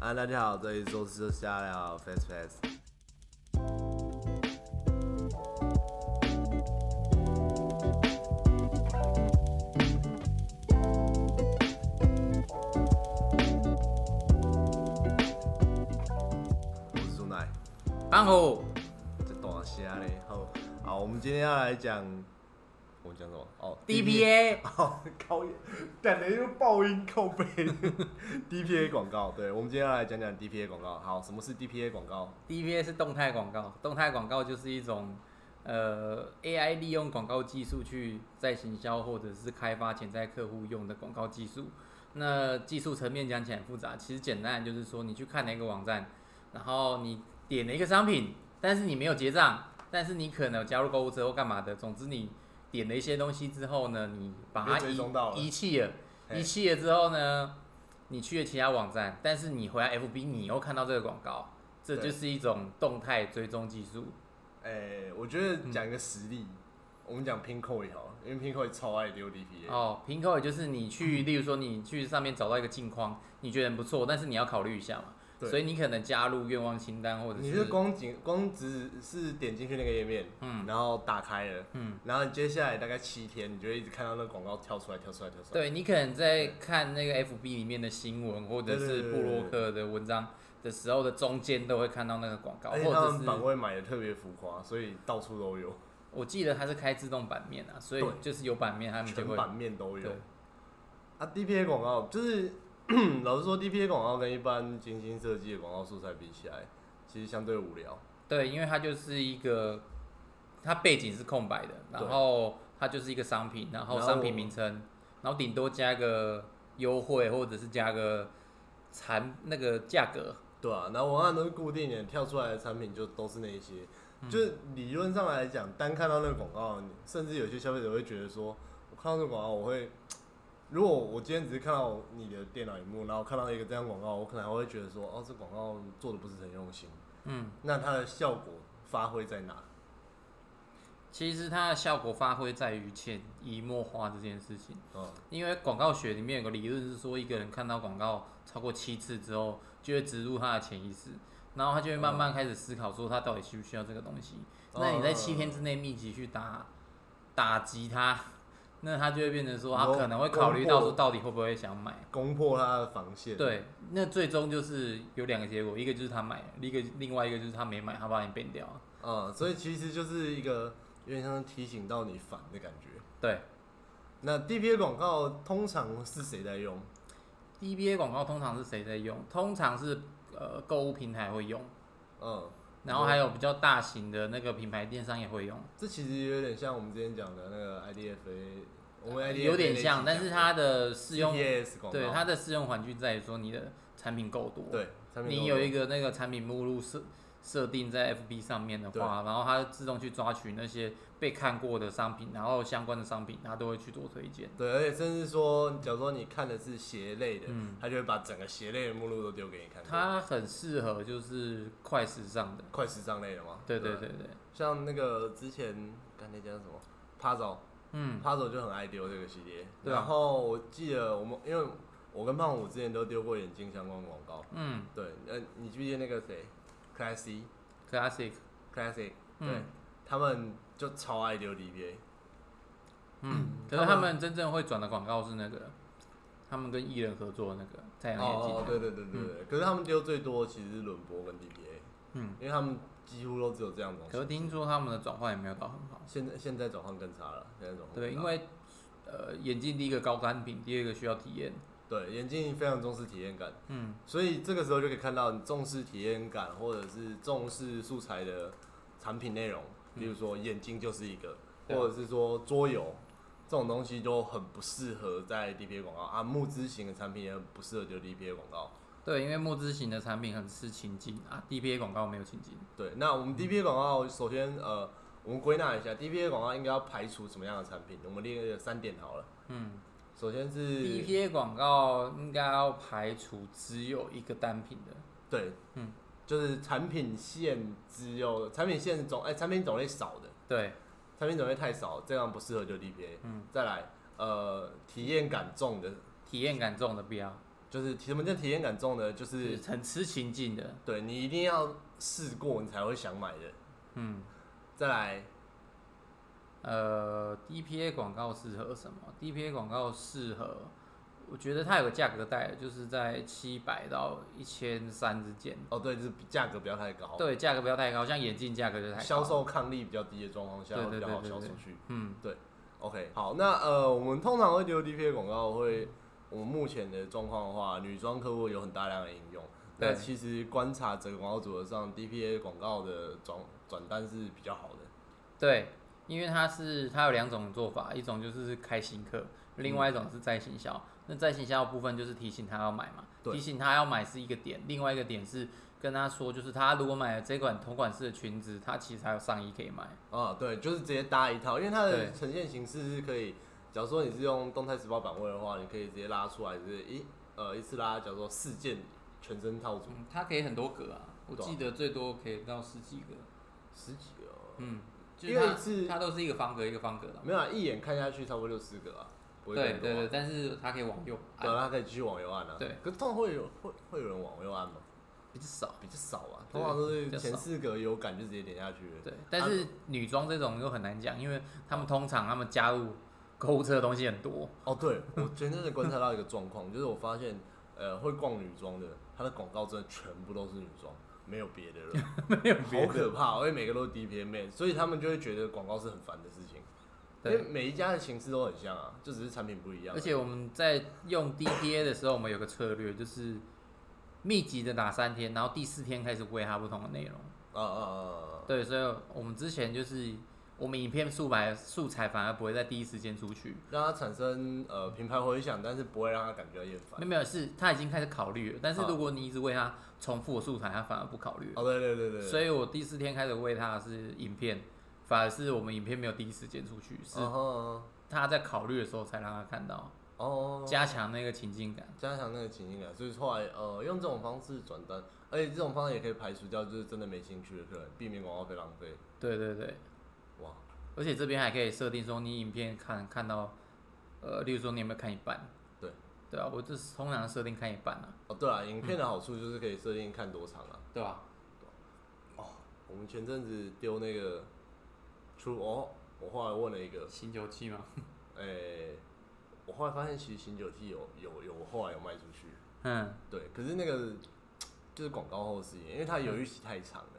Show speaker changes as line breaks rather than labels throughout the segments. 啊，大家好，这里是周四就瞎聊 Face Face。我是朱奶，
然后
这大虾嘞，好，好，我们今天要来讲，我们讲什么？哦
DPA
哦，高音，感觉就爆音靠背。DPA 广告，对，我们今天要来讲讲 DPA 广告。好，什么是 DPA 广告？
DPA 是动态广告，动态广告就是一种呃 AI 利用广告技术去在行销或者是开发潜在客户用的广告技术。那技术层面讲起来很复杂，其实简单的就是说，你去看了一个网站，然后你点了一个商品，但是你没有结账，但是你可能有加入购物车或干嘛的，总之你点了一些东西之后呢，你把它
被追
遗
踪到了
遗弃了，
嘿
遗弃了之后呢，你去了其他网站，但是你回来 FB 你又看到这个广告，这
对
就是一种动态追踪技术。
哎、我觉得讲一个实例，我们讲 Pinko 也好了，因为 Pinko 超爱丢 DPA。
哦，平口也就是你 去，例如说你去上面找到一个镜框，你觉得很不错，但是你要考虑一下嘛。
对
所以你可能加入愿望清单，或者
你是光景光只是点进去那个页面，嗯，然后打开了，嗯，然后你接下来大概七天，你就会一直看到那个广告跳出来，跳出来，跳出来。
对你可能在看那个 FB 里面的新闻或
对
者
对
是
对
布洛克的文章的时候的中间都会看到那个广告，
而
或
且他
者
们
是
版位买的特别浮夸，所以到处都有，
我记得它是开自动版面啊，所以
对
就是有版面他们就
全
会
版面都有
对。
啊，DPA 广告就是 老实说，DPA 广告跟一般精心设计的广告素材比起来，其实相对无聊。
对，因为它就是一个它背景是空白的，
对
然后它就是一个商品，然后
然后
商品名称，然后顶多加个优惠或者是加个产那个价格，
对啊，然后文案都是固定的，跳出来的产品就都是那一些。
嗯
就是理论上来讲，单看到那个广告，你甚至有些消费者会觉得说，我看到这个广告，我会，如果我今天只是看到你的电脑荧幕，然后看到一个这样广告，我可能还会觉得说，哦，这广告做的不是很用心。
嗯，
那它的效果发挥在哪？
其实它的效果发挥在于潜移默化这件事情。
嗯，
因为广告学里面有个理论是说，一个人看到广告超过七次之后，就会植入他的潜意识，然后他就会
嗯
慢慢开始思考说他到底需不需要这个东西。
哦
那你在七天之内密集去打打击他，那他就会变成说，他
哦
可能会考虑到
攻
说
破
到底会不会想买。
攻破它的防线。，
对，那最终就是有两个结果，一个就是他买了，一个另外一个就是他没买，他把你变掉了。
嗯，所以其实就是一个有点像提醒到你烦的感觉。
对
那 DPA 广告通常是谁在用？
，DBA 广告通常是谁在用？通常是呃购物平台会用。
嗯。
然后还有比较大型的那个品牌电商也会用，
这其实有点像我们之前讲的那个 IDFA，我们 IDFA
呃有点像，但是它的适用，
TS 广告，
对它的适用环境在于说你的产品够多，，
对，产品
你有一
个
个那个产品目录设设定在 FB 上面的话，然后它自动去抓取那些被看过的商品，然后相关的商品它都会去做推荐，
对，而且甚至说，假如说你看的是鞋类的，它就会把整个鞋类的目录都丢给你看。
嗯它很适合就是快时尚的，
快时尚类的嘛，
对对
吧
对对，
像那个之前刚才讲什么 Puzzle，
嗯，
Puzzle 就很爱丢这个系列。
对啊
然后我记得我们因为我跟胖虎之前都丢过眼镜相关广告，
嗯
对，呃，你记不记得那个谁，Classy
，classic，
Classic，对、
嗯
他们就超爱丢 DPA。
嗯，可
他
是
们
他们真正会转的广告是那个，他们跟艺人合作的那个太阳眼镜。
哦，对对对对对。可是他们丢最多其实是轮播跟 DPA，
嗯，
因为他们几乎都只有这样的东西。
可是听说他们的转换也没有到很好。
现在现在转换更差了，现在转换更
对，
差
因为呃，眼镜第一个高单品，第二个需要体验。
对眼镜非常重视体验感，
嗯，
所以这个时候就可以看到你重视体验感或者是重视素材的产品内容，比如说眼镜就是一个，
嗯对啊
或者是说桌游这种东西就很不适合在 DPA 广告啊，募资型的产品也很不适合丢 DPA 广告。
对，因为募资型的产品很吃情境啊，DPA 广告没有情境。
对，那我们
嗯
DPA 广告首先呃，我们归纳一下 DPA 广告应该要排除什么样的产品？我们列个三点好了。
嗯
首先是
，DPA 广告应该要排除只有一个单品的。
对，
嗯，
就是产品线只有产品线种哎、产品种类少的，
对，
产品种类太少，这样不适合丢 DPA。
嗯，
再来呃体验感重的，
体验感重的不要。
就是什么叫体验感重呢？就是
是很吃情境的，
对你一定要试过，你才会想买的。
嗯，
再来，
呃，DPA 广告适合什么？DPA 广告适合，我觉得它有个价格带，就是在七百到一千三之间。
哦，对，就是价格不要太高，
对，价格不要太高，像眼镜价格就太高。
销，售抗力比较低的状况下
对对
比较好
对对
销售
对
去。
嗯，
OK，好，那呃，我们通常会丢 DPA 广告
嗯
会，我们目前的状况的话，女装客户有很大量的应用。
对
那其实观察整个广告组合上，DPA 广告的转转单是比较好的。
对，因为它是它有两种做法，一种就是开新客，另外一种是在行销。那在行销的部分就是提醒他要买嘛，
对
提醒他要买是一个点，另外一个点是跟他说，就是他如果买了这款同款式的裙子，他其实还有上衣可以买。
啊，对，就是直接搭一套，因为它的
对
呈现形式是可以，假如说你是用动态时报版位的话，你可以直接拉出来，就是一呃一次拉，假如说四件全身套组，
嗯，它可以很多格啊，我
对啊
记得最多可以到十几个。
十几个哦，
嗯，就
因为
它
是
它都是一个方格一个方格的嘛。
没有、啊，一眼看下去差不多六四个啊，不会
对
更多
对
啊、
对，但是它可以往右
对啊，
按，
他可以继续往右按啊。
对，
可是通常会有会会有人往右按吗？
比较少。
比较少啊，
对
通常都是
比较少
前四个有感就直接点下去了。
对，但是女装这种又很难讲，因为他们通常他们加入购物车的东西很多。
哦，对，我前阵子观察到一个状况，就是我发现，呃，会逛女装的，它的广告真的全部都是女装，没有别的 了，
没有别
好
的
可怕哦，因为每个都是 D P M，A，所以他们就会觉得广告是很烦的事情，因为
对，
每一家的形式都很像啊，就只是产品不一样而已。
而且我们在用 DPA 的时候，我们有个策略就是密集的打三天，然后第四天开始喂它不同的内容。
啊啊啊啊啊！
对，所以我们之前就是我们影片素材素材反而不会在第一时间出去，
让它产生呃品牌回响，但是不会让它感觉到厌烦
没有。没有，是他已经开始考虑了，但是
啊
如果你一直为他重复的素材，他反而不考虑
哦，
了。
对对对对对，
所以我第四天开始喂他的是影片，反而是我们影片没有第一时间出去，是
嗯哼嗯哼
他在考虑的时候才让他看到，
哦，
加强那个情境感。
加强那个情境感，所以后来呃用这种方式转单，而且这种方式也可以排除掉就是真的没兴趣的客人，避免广告费浪费。
对对对，
哇，
而且这边还可以设定说你影片看看到，呃，例如说你有没有看一半？
对，
对啊，我就是通常设定看一半啊，
哦对了，影片的好处就是可以设定看多长啊。
对吧、
我们前阵子丢那个出哦，我后来问了一个，
新九七嘛，
诶、我后来发现其实醒酒剂有有有，我后来有卖出去，
嗯，
对，可是那个就是广告后的事情，因为它犹豫期太长了，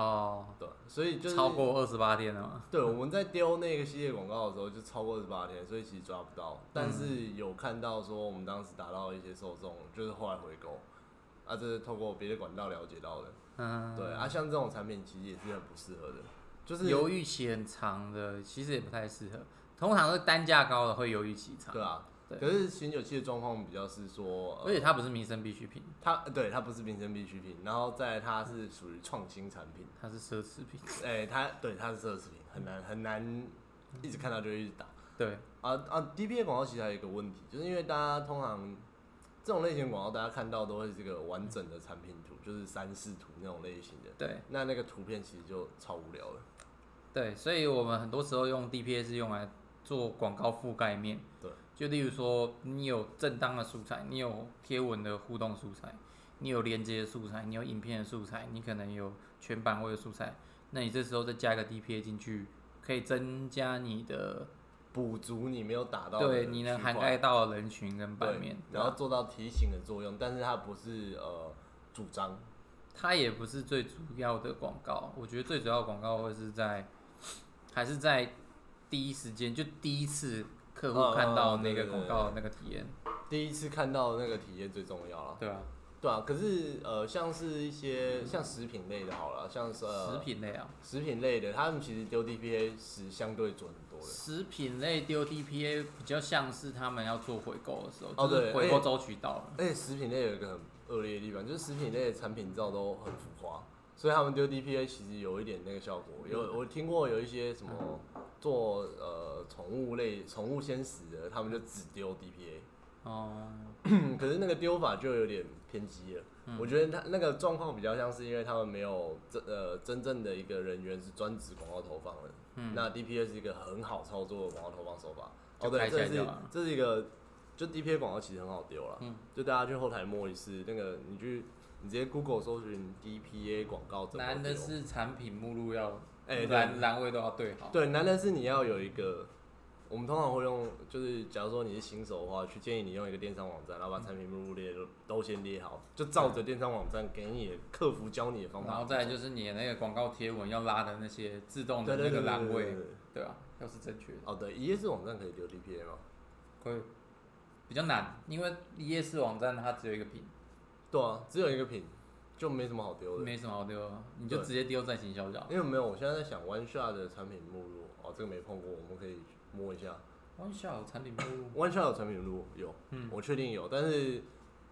哦，
对，啊所以就是
超过二十八天了嘛，
对，我们在丢那个系列广告的时候就超过二十八天，所以其实抓不到。但
嗯
是有看到说我们当时达到一些受众，就是后来回购，啊，这是透过别的管道了解到的。
嗯，
对啊，像这种产品其实也是很不适合的，就是
犹豫期很长的，其实也不太适合。通常是单价高的会犹豫期长，
对啊。
对
可是醒酒器的状况比较是说，呃
而且它不是民生必需品，
它对它不是民生必需品，然后再来它是属于创新产品，
它是奢侈品。
哎、它对它是奢侈品，很难很难一直看到就一直打。
对，
啊啊！DPA 广告其实还有一个问题，就是因为大家通常这种类型的广告，大家看到都会是个完整的产品图，就是三视图那种类型的。
对，
那那个图片其实就超无聊了。
对，所以我们很多时候用 DPA 是用来做广告覆盖面。
对，
就例如说，你有正当的素材，你有贴文的互动素材，你有连接的素材，你有影片的素材，你可能有全版位的素材，那你这时候再加一个 DPA 进去，可以增加你的
补足你没有打到的
对你能
区
涵
块
盖到的人群跟版
对
面，
然后
对吧
做到提醒的作用，但是它不是呃主张
它也不是最主要的广告，我觉得最主要的广告会是在还是在第一时间就第一次客
嗯
户
嗯
看到
嗯对
那个
对
广
对
告的那个体验，
第一次看到的那个体验最重要了。
对啊，
对啊，可是呃，像是一些像食品类的好了，像是、呃、
食品类啊，
食品类的，他们其实丢 DPA 是相对准很多的。
食品类丢 DPA 比较像是他们要做回购的时候，
哦
就
对
是回购周期到了，
而且食品类有一个很恶劣的地方，就是食品类的产品照都很浮夸，所以他们丢 DPA 其实有一点那个效果。有我听过有一些什么做呃宠物类、宠物鲜食的，他们就只丢 DPA，
哦，
可是那个丢法就有点偏激了。
嗯
我觉得他那个状况比较像是因为他们没有真呃真正的一个人员是专职广告投放的，
嗯
那 DPA 是一个很好操作的广告投放手法。哦，
就
对，
开起来
这是
就好了
这是一个就 DPA 广告其实很好丢了，
啊嗯
就大家去后台摸一次，那个你去你直接 Google 搜寻 DPA 广告怎么丢
难的是产品目录要
哎、对
栏栏位都要对好。
对，难的是你要有一个，我们通常会用，就是假如说你是新手的话，去建议你用一个电商网站，然后把产品目录列都都先列好，就照着电商网站给你的客服教你的方法去做，
然后再来就是你的那个广告贴文要拉的那些自动的
对
那
对对
个
对
栏
对对
位，
对
对吧？要是正确的，
哦，对，一页式网站可以丢 DPA 吗？
会比较难，因为一页式网站它只有一个屏，
对啊，只有一个品，就没什么好丢的。
没什么好丢的，你就
对
直接丢在行销就好。
因为没有，我现在在想 One Shot 的产品目录，哦，这个没碰过，我们可以摸一下。
玩笑产品目录，
One Shot 有产品目录有，
嗯
我确定有，但是，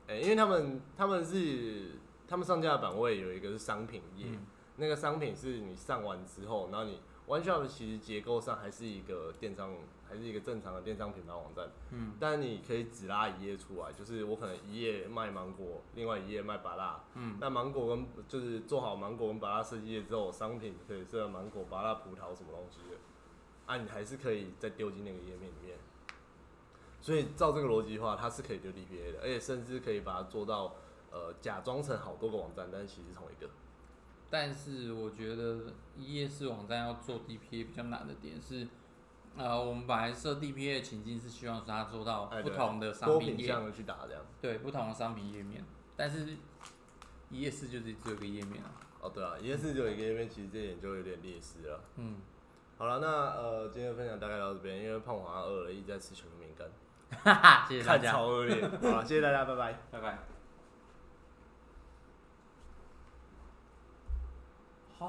诶、因为他们他们是他们上架的版位有一个是商品页，
嗯
那个商品是你上完之后，然后你 One Shot 其实结构上还是一个电商，还是一个正常的电商品牌网站，
嗯，
但你可以只拉一页出来，就是我可能一页卖芒果，另外一页卖芭拉，
嗯，
那芒果跟就是做好芒果跟芭拉设计页之后，商品可以设芒果、芭拉、葡萄什么东西的，啊，你还是可以再丢进那个页面里面。所以照这个逻辑的话，它是可以丢 DPA 的，而且甚至可以把它做到呃假装成好多个网站，但是其实是同一个。
但是我觉得一页式网站要做 DPA 比较难的点是，呃，我们本来设 DPA 的情境是希望它做到
哎
不
对
同的商
多
品
品
页，
项的去打这样。
对，不同的商品页面，但是一页式就是只有一个页面 啊，
哦，对啊，一件事只有一个页面，其实这一点就有点劣势了。
嗯，
好了，那呃今天的分享大概到这边，因为胖虎好像饿了，一直在吃巧克力干，
哈哈，谢谢大
看
家，
超恶劣。好了，谢谢大家，拜拜。
拜拜。